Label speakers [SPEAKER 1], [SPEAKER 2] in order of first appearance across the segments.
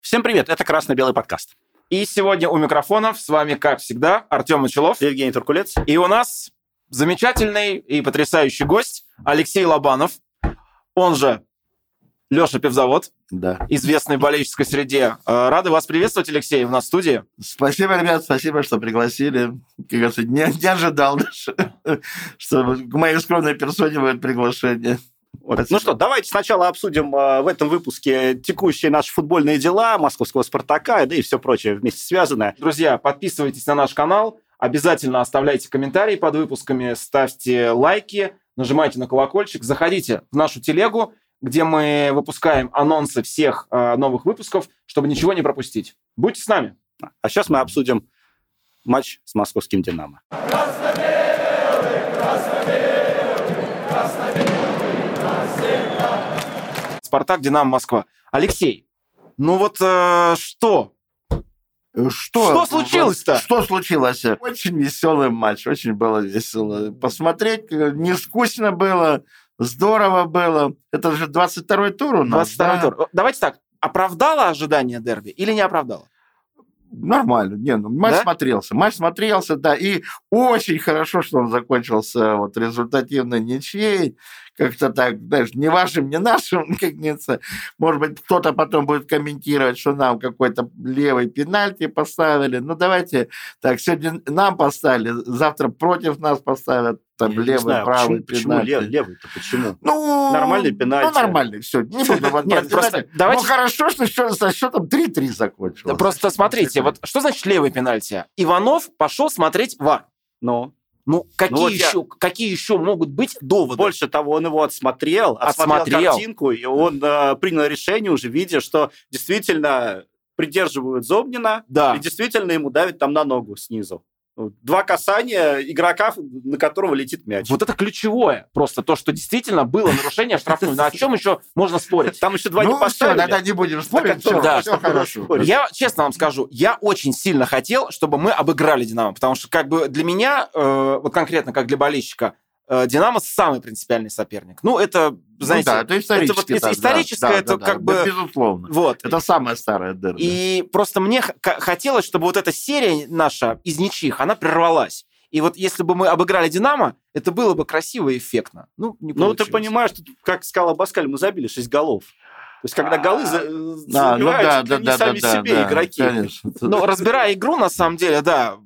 [SPEAKER 1] Всем привет, это «Красно-белый подкаст».
[SPEAKER 2] И сегодня у микрофонов с вами, как всегда, Артем Началов.
[SPEAKER 1] Евгений Туркулец.
[SPEAKER 2] И у нас замечательный и потрясающий гость Алексей Лобанов, он же Леша Певзавод,
[SPEAKER 3] Да.
[SPEAKER 2] известный в болельческой среде. Э, Рады вас приветствовать, Алексей, у нас в студии.
[SPEAKER 3] Спасибо, ребят, спасибо, что пригласили. Как говорится, не, не ожидал, что к моей скромной персоне будет приглашение.
[SPEAKER 1] Вот.
[SPEAKER 3] Спасибо.
[SPEAKER 1] Ну что, давайте сначала обсудим э, в этом выпуске текущие наши футбольные дела, московского «Спартака», да и все прочее вместе связанное.
[SPEAKER 2] Друзья, подписывайтесь на наш канал, обязательно оставляйте комментарии под выпусками, ставьте лайки, нажимайте на колокольчик, заходите в нашу телегу, где мы выпускаем анонсы всех э, новых выпусков, чтобы ничего не пропустить. Будьте с нами.
[SPEAKER 1] А сейчас мы обсудим матч с московским «Динамо».
[SPEAKER 2] Спартак, Динамо, Москва. Алексей, ну вот э, что?
[SPEAKER 3] Что,
[SPEAKER 2] Что случилось-то?
[SPEAKER 3] Что случилось? Очень веселый матч, очень было весело. Посмотреть э, не скучно было, здорово было. Это же 22-й тур у нас.
[SPEAKER 2] 22
[SPEAKER 3] Ну да?
[SPEAKER 2] тур. Давайте так, оправдала ожидания дерби или не оправдала?
[SPEAKER 3] Нормально. Не, ну, матч
[SPEAKER 2] Да?
[SPEAKER 3] смотрелся. Матч смотрелся, да. И очень хорошо, что он закончился вот результативной ничьей. Как-то так, знаешь, не вашим, не нашим, как говорится. Может быть, кто-то потом будет комментировать, что нам какой-то левый пенальти поставили. Ну, давайте так, сегодня нам поставили, завтра против нас поставят там
[SPEAKER 1] Я не
[SPEAKER 3] левый,
[SPEAKER 1] знаю,
[SPEAKER 3] правый
[SPEAKER 1] почему, почему
[SPEAKER 3] пенальти.
[SPEAKER 1] лев- левый-то, почему?
[SPEAKER 3] Ну,
[SPEAKER 1] Нормальный пенальти.
[SPEAKER 3] Ну, нормальный, все. Не буду вот,
[SPEAKER 2] Нет,
[SPEAKER 3] пенальти.
[SPEAKER 2] просто давайте-
[SPEAKER 3] Ну, хорошо, что счет- со счетом 3-3 закончилось.
[SPEAKER 2] Просто смотрите, вот что значит левый пенальти? Иванов пошел смотреть вар.
[SPEAKER 1] Ну,
[SPEAKER 2] Ну, какие,
[SPEAKER 1] вот я-
[SPEAKER 2] еще, какие еще могут быть доводы?
[SPEAKER 1] больше того, он его отсмотрел, отсмотрел,
[SPEAKER 2] Отсмотрел.
[SPEAKER 1] картинку, и он э, принял решение уже, видя, что действительно придерживают Зобнина,
[SPEAKER 2] Да.
[SPEAKER 1] И действительно ему давит там на ногу снизу. Два касания игрока, на которого летит мяч.
[SPEAKER 2] Вот это ключевое. Просто то, что действительно было нарушение штрафной. Ну, На чем еще можно спорить?
[SPEAKER 1] Там еще два
[SPEAKER 3] ну,
[SPEAKER 1] не поставили.
[SPEAKER 3] Все, тогда не будем спорить.
[SPEAKER 1] Так,
[SPEAKER 3] все,
[SPEAKER 2] да,
[SPEAKER 3] все хорошо.
[SPEAKER 1] спорить?
[SPEAKER 2] Я честно вам скажу, я очень сильно хотел, чтобы мы обыграли Динамо, потому что как бы для меня, э, вот конкретно как для болельщика, э, Динамо самый принципиальный соперник. Ну, это,
[SPEAKER 3] Ну
[SPEAKER 2] знаете,
[SPEAKER 3] да, это исторически.
[SPEAKER 2] это вот
[SPEAKER 3] да,
[SPEAKER 2] историческое,
[SPEAKER 3] да,
[SPEAKER 2] это
[SPEAKER 3] да, да,
[SPEAKER 2] как бы-
[SPEAKER 3] Безусловно.
[SPEAKER 2] вот.
[SPEAKER 3] Это самая старая дырка.
[SPEAKER 2] И просто мне х- к- хотелось, чтобы вот эта серия наша из ничьих, она прервалась. И вот если бы мы обыграли «Динамо», это было бы красиво и эффектно. Ну, не
[SPEAKER 1] Ну, ты
[SPEAKER 2] получилось.
[SPEAKER 1] понимаешь, тут, как сказал Абаскаль, мы забили шесть голов. То есть, когда голы за-
[SPEAKER 3] Да, ну
[SPEAKER 1] забивают
[SPEAKER 3] да,
[SPEAKER 1] чуть
[SPEAKER 3] да,
[SPEAKER 1] ли
[SPEAKER 3] да,
[SPEAKER 1] не сами
[SPEAKER 3] да,
[SPEAKER 1] себе
[SPEAKER 3] да,
[SPEAKER 1] игроки.
[SPEAKER 3] Конечно.
[SPEAKER 2] Ну, разбирая игру, на самом деле, да,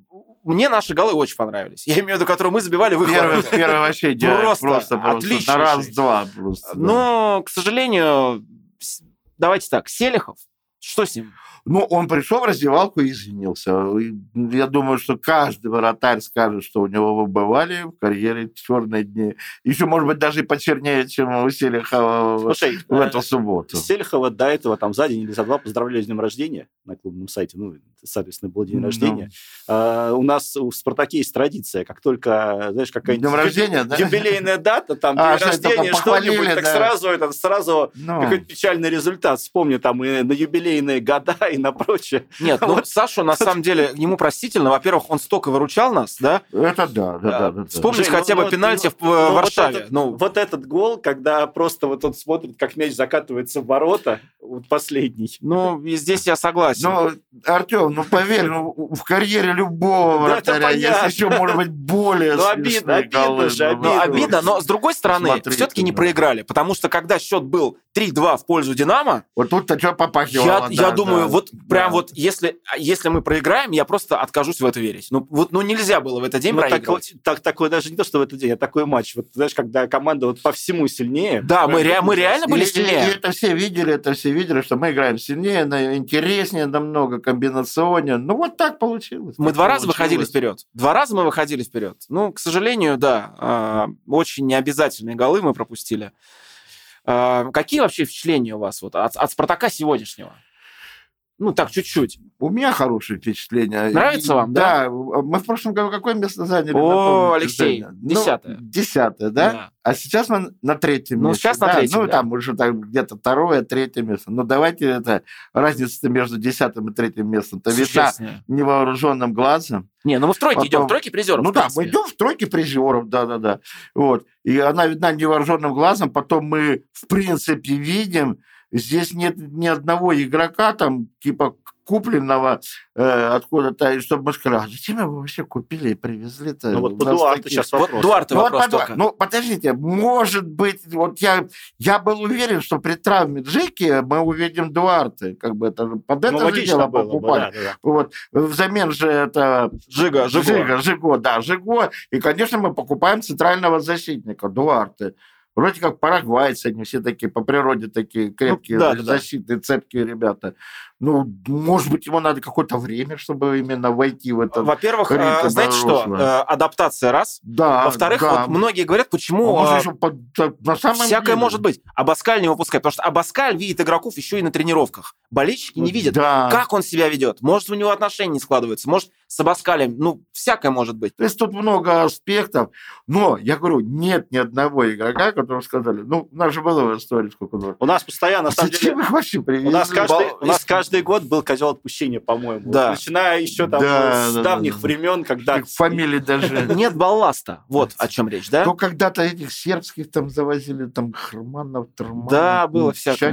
[SPEAKER 2] мне наши голы очень понравились. Я имею в виду, которые мы забивали, вы
[SPEAKER 3] Первый,
[SPEAKER 2] хвалите.
[SPEAKER 3] первый вообще идеально.
[SPEAKER 2] Просто
[SPEAKER 3] Просто, просто,
[SPEAKER 2] отличнейший. Ну,
[SPEAKER 3] На раз-два просто. да.
[SPEAKER 2] Но, к сожалению, с- давайте так, Селихов, что с ним?
[SPEAKER 3] Ну, он пришел в раздевалку и извинился. И Я думаю, что каждый вратарь скажет, что у него бывали в карьере черные дни. Еще, может быть, даже и почернее, чем у Селихова в-
[SPEAKER 1] Слушай,
[SPEAKER 3] в эту
[SPEAKER 1] э,
[SPEAKER 3] субботу.
[SPEAKER 1] Сельхова до этого там за день или за два поздравляли с днем рождения на клубном сайте. Ну, соответственно, был день
[SPEAKER 3] Ну.
[SPEAKER 1] рождения. А, у нас в «Спартаке» есть традиция. Как только, знаешь, какая-нибудь...
[SPEAKER 3] Днем рождения, да?
[SPEAKER 1] юбилейная дата, там, день
[SPEAKER 3] А, что это там
[SPEAKER 1] рождения,
[SPEAKER 3] похвалили,
[SPEAKER 1] что-нибудь, так
[SPEAKER 3] да.
[SPEAKER 1] сразу, это, сразу
[SPEAKER 3] Ну.
[SPEAKER 1] какой-то печальный результат. Вспомни там и на юбилейные года, и на прочее.
[SPEAKER 2] Нет, ну
[SPEAKER 1] Вот.
[SPEAKER 2] Сашу, на самом деле, ему простительно. Во-первых, он столько выручал нас, да?
[SPEAKER 3] Это да, да, да. да, да.
[SPEAKER 2] Вспомнить
[SPEAKER 1] Жень,
[SPEAKER 2] хотя
[SPEAKER 1] ну,
[SPEAKER 2] бы
[SPEAKER 1] ну,
[SPEAKER 2] пенальти в э,
[SPEAKER 1] Ну, вот
[SPEAKER 2] Варшаве.
[SPEAKER 1] этот-
[SPEAKER 2] Ну,
[SPEAKER 1] Вот этот гол, когда просто вот он смотрит, как мяч закатывается в ворота, вот последний.
[SPEAKER 2] ну, и здесь я согласен.
[SPEAKER 3] Ну, Артем, ну поверь, ну, в карьере любого
[SPEAKER 1] Да, это
[SPEAKER 3] вратаря есть
[SPEAKER 1] понятно.
[SPEAKER 3] еще, может быть, более
[SPEAKER 1] Ну, обидно,
[SPEAKER 3] смешные
[SPEAKER 1] обидно
[SPEAKER 3] голы.
[SPEAKER 1] же,
[SPEAKER 3] Ну,
[SPEAKER 1] обидно.
[SPEAKER 2] Ну,
[SPEAKER 1] Обидно.
[SPEAKER 2] обидно, но с другой стороны,
[SPEAKER 3] Смотрите,
[SPEAKER 2] все-таки не
[SPEAKER 3] да.
[SPEAKER 2] проиграли. Потому что когда счет был 3-2 в пользу Динамо,
[SPEAKER 3] Вот тут-то что попахивало.
[SPEAKER 2] я,
[SPEAKER 3] да,
[SPEAKER 2] я думаю,
[SPEAKER 3] да,
[SPEAKER 2] вот прям
[SPEAKER 3] да.
[SPEAKER 2] вот если, а, если мы проиграем, я просто откажусь в это верить. Ну, вот, ну нельзя было в этот день
[SPEAKER 1] Ну, так
[SPEAKER 2] проигрывать.
[SPEAKER 1] вот- так- такое даже не то, что в этот день, а такой матч. Вот знаешь, когда команда вот по всему сильнее. ну,
[SPEAKER 2] Да, мы, ре- мы реально были
[SPEAKER 3] И- и- И,
[SPEAKER 2] сильнее.
[SPEAKER 3] это все видели, это все видели, что мы играем сильнее, на- интереснее намного, комбинационнее. Ну, вот так получилось.
[SPEAKER 2] Мы
[SPEAKER 3] Так
[SPEAKER 2] два раза
[SPEAKER 3] получилось.
[SPEAKER 2] выходили вперед. Два раза мы выходили вперед. Ну, к сожалению, да, а, очень необязательные голы мы пропустили. А, Какие вообще впечатления у вас вот от, от Спартака сегодняшнего? Ну, так, чуть-чуть.
[SPEAKER 3] У меня хорошее впечатление.
[SPEAKER 2] Нравится
[SPEAKER 3] И-
[SPEAKER 2] вам,
[SPEAKER 3] да? мы в прошлом году какое место заняли?
[SPEAKER 2] О,
[SPEAKER 3] напомните,
[SPEAKER 2] Алексей,
[SPEAKER 3] Женя?
[SPEAKER 2] десятое.
[SPEAKER 3] Ну, десятое, да?
[SPEAKER 2] Да.
[SPEAKER 3] А сейчас мы на третьем
[SPEAKER 2] Ну,
[SPEAKER 3] месте.
[SPEAKER 2] сейчас на
[SPEAKER 3] да,
[SPEAKER 2] третьем,
[SPEAKER 3] Ну,
[SPEAKER 2] да.
[SPEAKER 3] там уже там где-то второе, третье место. Но давайте это разница между десятым и третьим местом. То видна
[SPEAKER 2] Существенная.
[SPEAKER 3] невооруженным глазом.
[SPEAKER 2] Не, ну мы в тройке
[SPEAKER 3] Потом-
[SPEAKER 2] идем, в тройке призеров.
[SPEAKER 3] ну
[SPEAKER 2] в
[SPEAKER 3] да,
[SPEAKER 2] принципе.
[SPEAKER 3] мы идем в тройке призеров, да-да-да. Вот. И она видна невооруженным глазом. Потом мы, в принципе, видим, Здесь нет ни одного игрока, там, типа, купленного э, откуда-то, и чтобы мы сказали, а зачем его вообще купили и привезли-то?
[SPEAKER 1] Ну вот
[SPEAKER 3] У
[SPEAKER 1] по
[SPEAKER 3] нас
[SPEAKER 1] Дуарту
[SPEAKER 3] такие-
[SPEAKER 1] сейчас
[SPEAKER 2] Вот
[SPEAKER 1] вопрос.
[SPEAKER 2] Дуарте
[SPEAKER 3] Ну, вот
[SPEAKER 2] вопрос
[SPEAKER 3] подумай,
[SPEAKER 2] только.
[SPEAKER 3] ну, подождите, может быть, вот я, я был уверен, что при травме Джеки мы увидим Дуарте, как бы это же под это
[SPEAKER 1] Ну,
[SPEAKER 3] же
[SPEAKER 1] логично
[SPEAKER 3] дело
[SPEAKER 1] было бы,
[SPEAKER 3] покупали.
[SPEAKER 1] да, да, да.
[SPEAKER 3] Вот взамен же это
[SPEAKER 2] Жига, Жиго.
[SPEAKER 3] Жиго, Жиго, да, Жиго. И, конечно, мы покупаем центрального защитника Дуарте. Вроде как парагвайцы, они все такие по природе такие крепкие,
[SPEAKER 2] Ну, да, да, да.
[SPEAKER 3] защитные, цепкие ребята. Ну, может быть, ему надо какое-то время, чтобы именно войти в это.
[SPEAKER 2] Во-первых, э,
[SPEAKER 3] Рита
[SPEAKER 2] знаете что?
[SPEAKER 3] Дорожная.
[SPEAKER 2] Э, Адаптация раз.
[SPEAKER 3] Да,
[SPEAKER 2] Во-вторых,
[SPEAKER 3] да.
[SPEAKER 2] вот многие говорят,
[SPEAKER 3] А
[SPEAKER 2] почему
[SPEAKER 3] может,
[SPEAKER 2] э,
[SPEAKER 3] еще под- так, на самом
[SPEAKER 2] всякое
[SPEAKER 3] деле.
[SPEAKER 2] может быть. Абаскаль не выпускает, потому что Абаскаль видит игроков еще и на тренировках. Болельщики не видят.
[SPEAKER 3] Да.
[SPEAKER 2] Как он себя ведет? Может, у него отношения не складываются? Может, с Абаскалем? Ну, всякое может быть.
[SPEAKER 3] То есть тут много аспектов. Но, я говорю, нет ни одного игрока, которому сказали, ну, у нас же было в истории сколько было.
[SPEAKER 1] У нас постоянно, на самом
[SPEAKER 3] Зачем
[SPEAKER 1] деле,
[SPEAKER 3] их вообще привезли?
[SPEAKER 1] у нас, каждый,
[SPEAKER 2] бал-
[SPEAKER 1] у нас каждый год был козел отпущения, по-моему.
[SPEAKER 2] Да.
[SPEAKER 1] Начиная еще там
[SPEAKER 3] Да,
[SPEAKER 1] с
[SPEAKER 3] да, да,
[SPEAKER 1] давних
[SPEAKER 3] да.
[SPEAKER 1] времен, когда...
[SPEAKER 3] Их фамилии даже.
[SPEAKER 2] Нет балласта. Вот о чем речь, да?
[SPEAKER 3] Ну, когда-то этих сербских там завозили, там Хрманов, Торманов.
[SPEAKER 2] Да, было всякое.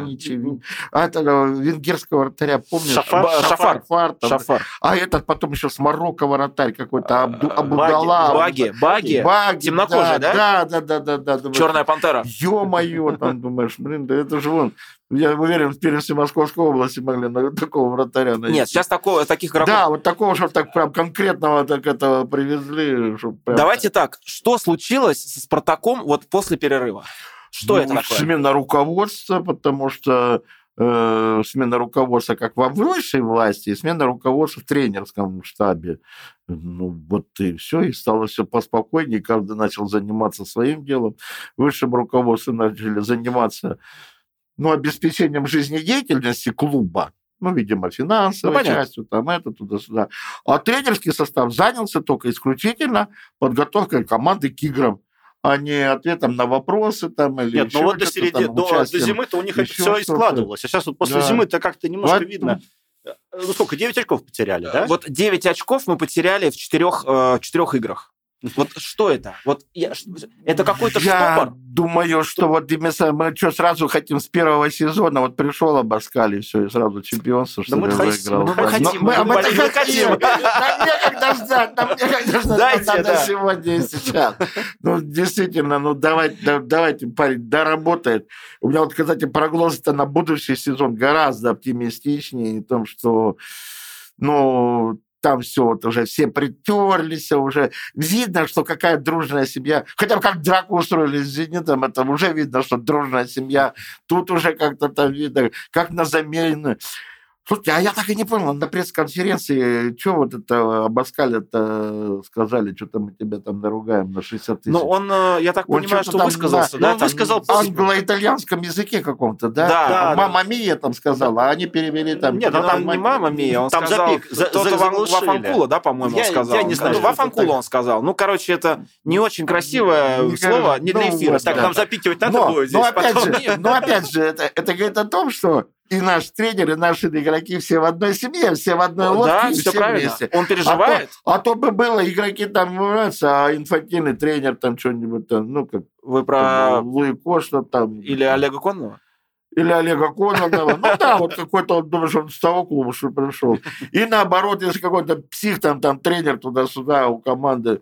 [SPEAKER 3] А этого венгерского вратаря, помнишь?
[SPEAKER 1] Шафар?
[SPEAKER 3] Ба-
[SPEAKER 2] Шафар.
[SPEAKER 3] Шафар там.
[SPEAKER 2] Шафар.
[SPEAKER 3] А этот потом еще с Марокко вратарь какой-то, Абду,
[SPEAKER 2] Э,
[SPEAKER 3] Абудала.
[SPEAKER 2] Баги, Баги,
[SPEAKER 3] Баги,
[SPEAKER 2] Темнокожий,
[SPEAKER 3] Да, да, да, да. да, да.
[SPEAKER 2] Черная пантера.
[SPEAKER 3] Ё-моё, там думаешь, блин, да это же он. Я уверен, в Пересе Московской области могли на- такого вратаря найти.
[SPEAKER 2] Нет, сейчас такого, таких игроков
[SPEAKER 3] Да, вот такого, чтобы так прям конкретного так этого привезли. чтоб прям-
[SPEAKER 2] Давайте так, что случилось со Спартаком вот после перерыва? Что
[SPEAKER 3] Ну,
[SPEAKER 2] это такое?
[SPEAKER 3] Смена руководства, потому что э, смена руководства как во высшей власти, и смена руководства в тренерском штабе. Ну, вот и все, и стало все поспокойнее, каждый начал заниматься своим делом. Высшим руководством начали заниматься ну, обеспечением жизнедеятельности клуба. Ну, видимо, финансовой
[SPEAKER 2] Ну, понятно.
[SPEAKER 3] частью, там это, туда-сюда. А тренерский состав занялся только исключительно подготовкой команды к играм, а не ответом на вопросы там или
[SPEAKER 1] Нет,
[SPEAKER 3] еще
[SPEAKER 1] ну вот до,
[SPEAKER 3] что-то
[SPEAKER 1] середины,
[SPEAKER 3] там,
[SPEAKER 1] до, до
[SPEAKER 3] участием.
[SPEAKER 1] зимы-то у них это
[SPEAKER 3] Еще
[SPEAKER 1] все и
[SPEAKER 3] что-то.
[SPEAKER 1] складывалось. А сейчас вот после
[SPEAKER 3] Да.
[SPEAKER 1] зимы-то как-то немножко
[SPEAKER 3] Вот,
[SPEAKER 1] видно. Э, Ну сколько, 9 очков потеряли, да?
[SPEAKER 2] Вот 9 очков мы потеряли в 4, четырех играх. Вот что это? Вот я- ш- это какой-то
[SPEAKER 3] Я
[SPEAKER 2] штопор.
[SPEAKER 3] думаю, что вот именно мы что, сразу хотим с первого сезона, вот пришел Абаскали, все, и сразу чемпионство, что
[SPEAKER 1] мы
[SPEAKER 3] ли,
[SPEAKER 1] хотим,
[SPEAKER 3] выиграл.
[SPEAKER 2] мы
[SPEAKER 3] Да,
[SPEAKER 2] хотим,
[SPEAKER 3] но мы-
[SPEAKER 2] мы
[SPEAKER 3] а мы
[SPEAKER 2] болеем,
[SPEAKER 3] так
[SPEAKER 2] мы хотим.
[SPEAKER 3] хотим. Нам некогда ждать, нам некогда ждать, нам
[SPEAKER 2] Дайте,
[SPEAKER 3] надо
[SPEAKER 2] да.
[SPEAKER 3] сегодня и сейчас. Ну, действительно, ну, давайте, да- давайте, парень, доработает. У меня вот, кстати, прогнозы-то на будущий сезон гораздо оптимистичнее, в том, что, ну, там все вот уже все притерлись, уже видно, что какая дружная семья. Хотя бы как драку устроили с «Зенитом», это уже видно, что дружная семья. Тут уже как-то там видно, как на замену. Слушайте, а я так и не понял, на пресс-конференции, что вот это Абаскаля-то сказали, что-то мы тебя там наругаем на 60 тысяч. А
[SPEAKER 2] Ну, он, э, я так
[SPEAKER 3] Он что-то
[SPEAKER 2] понимаю, что
[SPEAKER 3] там, ну,
[SPEAKER 2] высказался,
[SPEAKER 1] да,
[SPEAKER 2] да?
[SPEAKER 1] он
[SPEAKER 2] там?
[SPEAKER 1] высказал
[SPEAKER 3] англо-итальянском языке каком-то, да?
[SPEAKER 2] Да,
[SPEAKER 1] да,
[SPEAKER 3] Мама Мия там сказала, а они перевели там...
[SPEAKER 1] Нет,
[SPEAKER 2] Ну,
[SPEAKER 1] ну,
[SPEAKER 2] там
[SPEAKER 1] там
[SPEAKER 2] не мама Мия, он
[SPEAKER 1] там
[SPEAKER 2] сказал...
[SPEAKER 1] запик, за-
[SPEAKER 2] кто-то
[SPEAKER 1] за-
[SPEAKER 2] Ван-
[SPEAKER 1] заглушили.
[SPEAKER 2] Вафанкула, да, по-моему, он
[SPEAKER 1] Я-
[SPEAKER 2] сказал.
[SPEAKER 1] я не знаю,
[SPEAKER 2] Ну,
[SPEAKER 1] что это
[SPEAKER 2] Вафанкула он сказал. Ну, короче, это не очень красивое
[SPEAKER 3] Не
[SPEAKER 2] слово,
[SPEAKER 3] кажется,
[SPEAKER 2] не для
[SPEAKER 3] ну,
[SPEAKER 2] эфира.
[SPEAKER 3] вот,
[SPEAKER 1] Так,
[SPEAKER 2] скажем
[SPEAKER 1] нам
[SPEAKER 2] так.
[SPEAKER 1] запикивать надо будет здесь
[SPEAKER 3] но опять
[SPEAKER 1] потом.
[SPEAKER 3] же, но опять же, это, это говорит о том, что и наш тренер, и наши игроки все в одной семье, все в одной лодке,
[SPEAKER 2] Да,
[SPEAKER 3] и
[SPEAKER 2] все
[SPEAKER 3] все
[SPEAKER 2] правильно.
[SPEAKER 3] вместе.
[SPEAKER 2] Он переживает.
[SPEAKER 3] А то бы было, игроки там нравятся, а инфантильный тренер там что-нибудь там, ну, как
[SPEAKER 2] Вы про...
[SPEAKER 3] там, Луи Кошта там.
[SPEAKER 2] Или Олега Конного?
[SPEAKER 3] Или Олега Кононова. Ну да, вот какой-то, он, думаешь, он с того клуба, что пришел. И наоборот, если какой-то псих, там, там тренер туда-сюда у команды,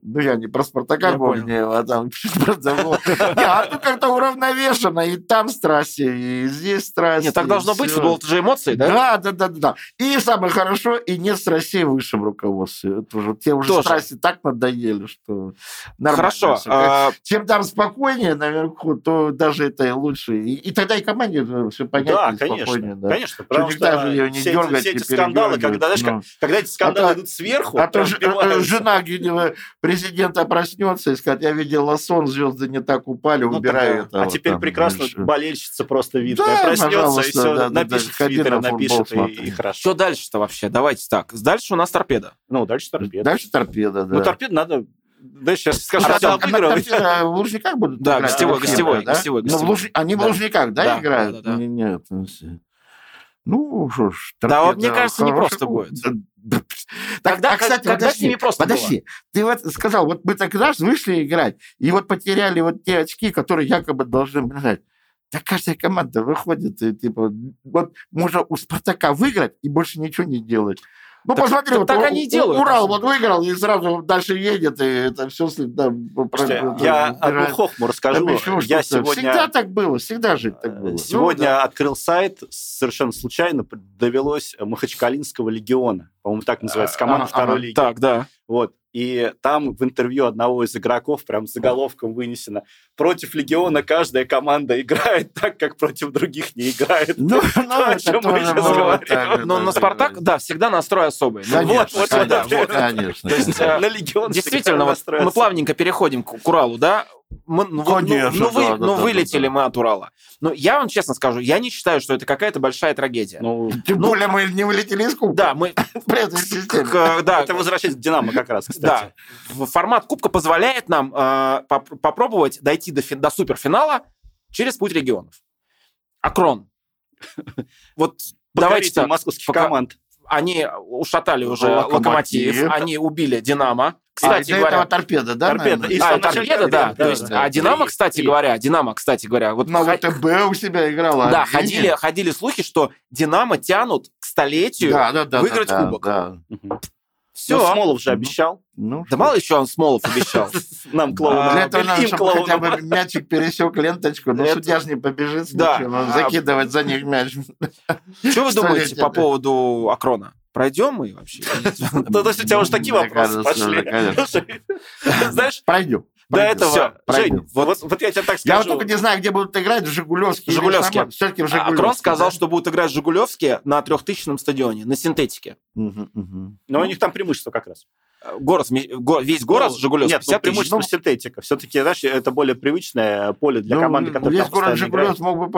[SPEAKER 3] ну, я не про Спартака
[SPEAKER 2] Я
[SPEAKER 3] помню, а там про Забо- Не, а тут как-то уравновешено, и там страсти, и здесь страсти.
[SPEAKER 2] Нет, так
[SPEAKER 3] и
[SPEAKER 2] должно быть,
[SPEAKER 3] всё.
[SPEAKER 2] футбол это же эмоции, да?
[SPEAKER 3] Да, да, да, да. И самое хорошо, и нет страстей в высшем руководстве. Это уже, те уже
[SPEAKER 2] Тоже.
[SPEAKER 3] страсти так надоели, что нормально.
[SPEAKER 2] Хорошо.
[SPEAKER 3] всё.
[SPEAKER 2] а,
[SPEAKER 3] Чем там спокойнее наверху, то даже это и лучше. И, и тогда и команде все понятно
[SPEAKER 1] Да,
[SPEAKER 3] и
[SPEAKER 1] конечно,
[SPEAKER 3] спокойнее. да.
[SPEAKER 1] конечно,
[SPEAKER 3] Что
[SPEAKER 1] потому
[SPEAKER 3] никогда
[SPEAKER 1] что
[SPEAKER 3] же ее не
[SPEAKER 1] все эти-
[SPEAKER 3] дергать,
[SPEAKER 1] все
[SPEAKER 3] не
[SPEAKER 1] эти скандалы,
[SPEAKER 3] передергивать,
[SPEAKER 1] когда, знаешь,
[SPEAKER 3] ну.
[SPEAKER 1] как- когда эти скандалы
[SPEAKER 3] А то-
[SPEAKER 1] идут сверху,
[SPEAKER 3] А то
[SPEAKER 1] прям
[SPEAKER 3] ж- э, э,
[SPEAKER 1] впиваются.
[SPEAKER 3] жена Гидева, президента проснется и скажет, я видел ласон, звезды не так упали,
[SPEAKER 1] Ну,
[SPEAKER 3] убираю
[SPEAKER 1] да.
[SPEAKER 3] это.
[SPEAKER 1] А
[SPEAKER 3] вот
[SPEAKER 1] теперь
[SPEAKER 3] там,
[SPEAKER 1] прекрасно
[SPEAKER 3] знаешь.
[SPEAKER 1] болельщица просто видно.
[SPEAKER 3] Да,
[SPEAKER 1] Проснется и
[SPEAKER 3] пожалуйста,
[SPEAKER 1] все
[SPEAKER 3] да, да,
[SPEAKER 1] напишет
[SPEAKER 3] да,
[SPEAKER 1] в
[SPEAKER 3] ходи на
[SPEAKER 1] Твиттере,
[SPEAKER 3] футбол
[SPEAKER 1] напишет, и-
[SPEAKER 3] смотри.
[SPEAKER 1] и хорошо.
[SPEAKER 2] А Что дальше-то вообще? Давайте так. Дальше у нас торпеда.
[SPEAKER 1] Ну, дальше торпеда.
[SPEAKER 3] Дальше торпеда, да.
[SPEAKER 1] Ну, торпед надо... Да, сейчас скажу,
[SPEAKER 2] А
[SPEAKER 1] надо
[SPEAKER 2] там-
[SPEAKER 3] Она
[SPEAKER 1] обыгрывать.
[SPEAKER 3] торпеда э, в Лужниках будут
[SPEAKER 2] Да,
[SPEAKER 3] играть?
[SPEAKER 1] гостевой,
[SPEAKER 3] Вообще,
[SPEAKER 1] гостевой,
[SPEAKER 3] да?
[SPEAKER 2] гостевой,
[SPEAKER 3] Но в
[SPEAKER 2] гостевой.
[SPEAKER 3] Луж- Они в
[SPEAKER 2] Да.
[SPEAKER 3] Лужниках, да,
[SPEAKER 2] Да,
[SPEAKER 3] играют?
[SPEAKER 2] да, да, да.
[SPEAKER 3] Не- Нет. ну, все. Ну, что ж,
[SPEAKER 2] Да, вот
[SPEAKER 3] торпеда
[SPEAKER 2] мне кажется,
[SPEAKER 3] хороший
[SPEAKER 2] непросто
[SPEAKER 3] клуб.
[SPEAKER 2] будет.
[SPEAKER 3] Да, да.
[SPEAKER 2] Тогда,
[SPEAKER 3] а, кстати,
[SPEAKER 2] когда с
[SPEAKER 3] подожди,
[SPEAKER 2] ними просто
[SPEAKER 3] Подожди, ты вот сказал, вот мы так раз вышли играть, и вот потеряли вот те очки, которые якобы должны были знать. Да каждая команда выходит и типа вот можно у Спартака выиграть и больше ничего не делать. Ну,
[SPEAKER 2] Так-
[SPEAKER 3] посмотри,
[SPEAKER 2] так-
[SPEAKER 3] вот
[SPEAKER 2] так
[SPEAKER 3] У-
[SPEAKER 2] они и делают,
[SPEAKER 3] Урал
[SPEAKER 2] на
[SPEAKER 3] вот выиграл и сразу дальше едет, и это все...
[SPEAKER 1] Слушайте, я одну хохму расскажу. я
[SPEAKER 3] Всегда
[SPEAKER 1] сегодня,
[SPEAKER 3] так было, всегда же так было.
[SPEAKER 1] э,
[SPEAKER 3] Ну,
[SPEAKER 1] сегодня
[SPEAKER 3] да.
[SPEAKER 1] открыл сайт, совершенно случайно довелось э, Махачкалинского легиона. По-моему, так называется команда
[SPEAKER 3] Ага,
[SPEAKER 1] второй
[SPEAKER 3] ага.
[SPEAKER 1] лиги.
[SPEAKER 2] Так, да.
[SPEAKER 1] Вот. И там в интервью одного из игроков прям с заголовком вынесено. Против Легиона каждая команда играет так, как против других не играет.
[SPEAKER 3] Ну, ну,
[SPEAKER 1] о
[SPEAKER 3] это
[SPEAKER 1] чем мы
[SPEAKER 3] тоже
[SPEAKER 1] сейчас
[SPEAKER 3] было
[SPEAKER 1] говорим. Ну,
[SPEAKER 3] так же,
[SPEAKER 2] Но на
[SPEAKER 3] да,
[SPEAKER 2] Спартак, да, всегда настрой особый. Ну,
[SPEAKER 3] Конечно,
[SPEAKER 1] вот, вот,
[SPEAKER 2] да,
[SPEAKER 3] конечно,
[SPEAKER 2] вот.
[SPEAKER 3] конечно.
[SPEAKER 2] То есть, э,
[SPEAKER 1] На Легион
[SPEAKER 2] Действительно, вот
[SPEAKER 1] всегда
[SPEAKER 2] мы плавненько переходим к, к Уралу, да? Мы- ну, вот, ну,
[SPEAKER 3] Конечно,
[SPEAKER 2] ну, вы-
[SPEAKER 3] да, да,
[SPEAKER 2] ну,
[SPEAKER 3] да, да,
[SPEAKER 2] вылетели
[SPEAKER 3] да.
[SPEAKER 2] мы от Урала. Но я вам честно скажу, я не считаю, что это какая-то большая трагедия.
[SPEAKER 1] Ну,
[SPEAKER 3] Тем
[SPEAKER 2] Ну,
[SPEAKER 3] более мы не вылетели из кубка
[SPEAKER 2] да, мы...
[SPEAKER 3] в этой
[SPEAKER 2] к-
[SPEAKER 3] системе.
[SPEAKER 2] э, да,
[SPEAKER 1] это возвращается к Динамо как раз, кстати.
[SPEAKER 2] да, в- формат Кубка позволяет нам э, поп- попробовать дойти до, фи- до суперфинала через путь регионов. Акрон. Вот давайте
[SPEAKER 1] Покоритель
[SPEAKER 2] так.
[SPEAKER 1] московских
[SPEAKER 2] Пока-
[SPEAKER 1] команд.
[SPEAKER 2] Они ушатали уже
[SPEAKER 3] Локомотив.
[SPEAKER 2] локомотив, они убили Динамо. Кстати
[SPEAKER 3] а, до
[SPEAKER 2] говоря,
[SPEAKER 3] этого торпеда, да?
[SPEAKER 1] Торпеда.
[SPEAKER 3] наверное?
[SPEAKER 1] И
[SPEAKER 2] А,
[SPEAKER 1] сам
[SPEAKER 2] это
[SPEAKER 1] начальник
[SPEAKER 2] Торпеда, да.
[SPEAKER 1] Торпеды,
[SPEAKER 2] То
[SPEAKER 1] да,
[SPEAKER 2] есть,
[SPEAKER 1] да.
[SPEAKER 2] а Динамо, кстати
[SPEAKER 1] И-
[SPEAKER 2] говоря, Динамо, кстати говоря, вот
[SPEAKER 3] На
[SPEAKER 2] хо-
[SPEAKER 3] ВТБ у себя играла.
[SPEAKER 2] да,
[SPEAKER 3] Армения.
[SPEAKER 2] ходили, ходили слухи, что Динамо тянут к столетию.
[SPEAKER 3] Да, да, да,
[SPEAKER 2] выиграть
[SPEAKER 3] да, да,
[SPEAKER 2] кубок.
[SPEAKER 3] Да.
[SPEAKER 1] Мгм.
[SPEAKER 2] Все.
[SPEAKER 1] Ну, Смолов же
[SPEAKER 3] Ну.
[SPEAKER 1] обещал
[SPEAKER 3] Ну,
[SPEAKER 2] Да мало еще он Смолов обещал.
[SPEAKER 1] нам, клоуну.
[SPEAKER 2] А,
[SPEAKER 3] Для этого надо,
[SPEAKER 1] им,
[SPEAKER 3] чтобы хотя
[SPEAKER 1] клоуну.
[SPEAKER 3] бы мячик пересек ленточку, но
[SPEAKER 2] Это-
[SPEAKER 3] судья же не побежит с
[SPEAKER 2] Да.
[SPEAKER 3] мячом, он
[SPEAKER 2] А-
[SPEAKER 3] закидывать за них мяч.
[SPEAKER 2] Что вы
[SPEAKER 3] Что
[SPEAKER 2] думаете
[SPEAKER 3] летит,
[SPEAKER 2] по
[SPEAKER 3] да.
[SPEAKER 2] поводу Акрона? Пройдем мы вообще? Ну,
[SPEAKER 1] Да, то есть у тебя уже такие
[SPEAKER 3] Мне
[SPEAKER 1] вопросы
[SPEAKER 3] кажется, ну,
[SPEAKER 1] пошли.
[SPEAKER 3] да, конечно.
[SPEAKER 1] Знаешь,
[SPEAKER 3] Пройдем.
[SPEAKER 1] до
[SPEAKER 3] пройдем.
[SPEAKER 1] этого,
[SPEAKER 2] Всё,
[SPEAKER 1] Жень,
[SPEAKER 2] пройдем.
[SPEAKER 1] вот, вот я тебе так
[SPEAKER 3] Я
[SPEAKER 1] скажу.
[SPEAKER 3] вот только не знаю, где будут играть, в Жигулевске.
[SPEAKER 2] Жигулевске.
[SPEAKER 3] Все-таки в
[SPEAKER 2] А
[SPEAKER 3] Жигулевске.
[SPEAKER 2] Акрон сказал,
[SPEAKER 3] да?
[SPEAKER 2] что будут играть Жигулевские на трехтысячном стадионе, на синтетике.
[SPEAKER 3] Мгм, мгм.
[SPEAKER 1] Но у них там преимущество как раз.
[SPEAKER 2] Э, Город, сме- го- весь город
[SPEAKER 1] Ну,
[SPEAKER 2] Жигулевский.
[SPEAKER 1] Нет, ну,
[SPEAKER 2] 50 тысяч.
[SPEAKER 1] преимущество синтетика. Все-таки, знаешь, это более привычное поле для
[SPEAKER 3] Ну,
[SPEAKER 1] команды, которая
[SPEAKER 3] Весь
[SPEAKER 1] там
[SPEAKER 3] город
[SPEAKER 1] постоянно играет.
[SPEAKER 3] Жигулевск мог бы